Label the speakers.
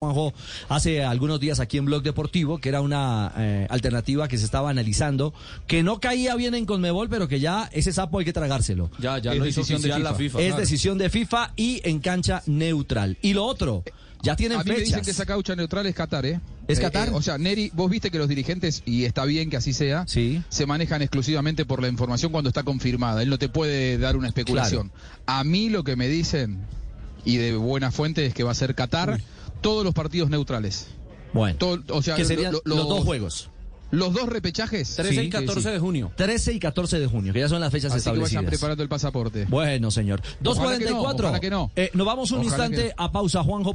Speaker 1: Juanjo, hace algunos días aquí en Blog Deportivo, que era una eh, alternativa que se estaba analizando, que no caía bien en Conmebol, pero que ya ese sapo hay que tragárselo.
Speaker 2: Ya, ya
Speaker 1: es
Speaker 2: lo hizo
Speaker 1: decisión de
Speaker 2: oficial
Speaker 1: FIFA.
Speaker 2: la FIFA,
Speaker 1: Es
Speaker 2: claro.
Speaker 1: decisión de FIFA y en cancha neutral. Y lo otro, ya tienen
Speaker 3: A mí me dicen
Speaker 1: fechas.
Speaker 3: que esa caucha neutral es Qatar, ¿eh?
Speaker 1: ¿Es
Speaker 3: Eh,
Speaker 1: Qatar?
Speaker 3: eh, o sea, Neri, vos viste que los dirigentes, y está bien que así sea,
Speaker 1: Sí.
Speaker 3: se manejan exclusivamente por la información cuando está confirmada. Él no te puede dar una especulación. A mí lo que me dicen, y de buena fuente, es que va a ser Qatar todos los partidos neutrales.
Speaker 1: Bueno,
Speaker 3: Todo- o sea,
Speaker 1: que serían
Speaker 3: lo- lo-
Speaker 1: los dos
Speaker 3: los-
Speaker 1: juegos,
Speaker 3: Los dos repechajes.
Speaker 2: 13
Speaker 3: Sí,
Speaker 2: y 14
Speaker 3: sí, sí.
Speaker 2: de junio.
Speaker 1: 13 y 14 de junio, que ya son las fechas
Speaker 3: Así que vayan
Speaker 1: establecidas.
Speaker 3: preparando el pasaporte.
Speaker 1: bueno, señor.
Speaker 3: Ojalá que no,
Speaker 1: 2.44.
Speaker 3: ojalá que no.
Speaker 1: Eh, nos vamos un
Speaker 3: Ojalá que
Speaker 1: instante a pausa, Juanjo.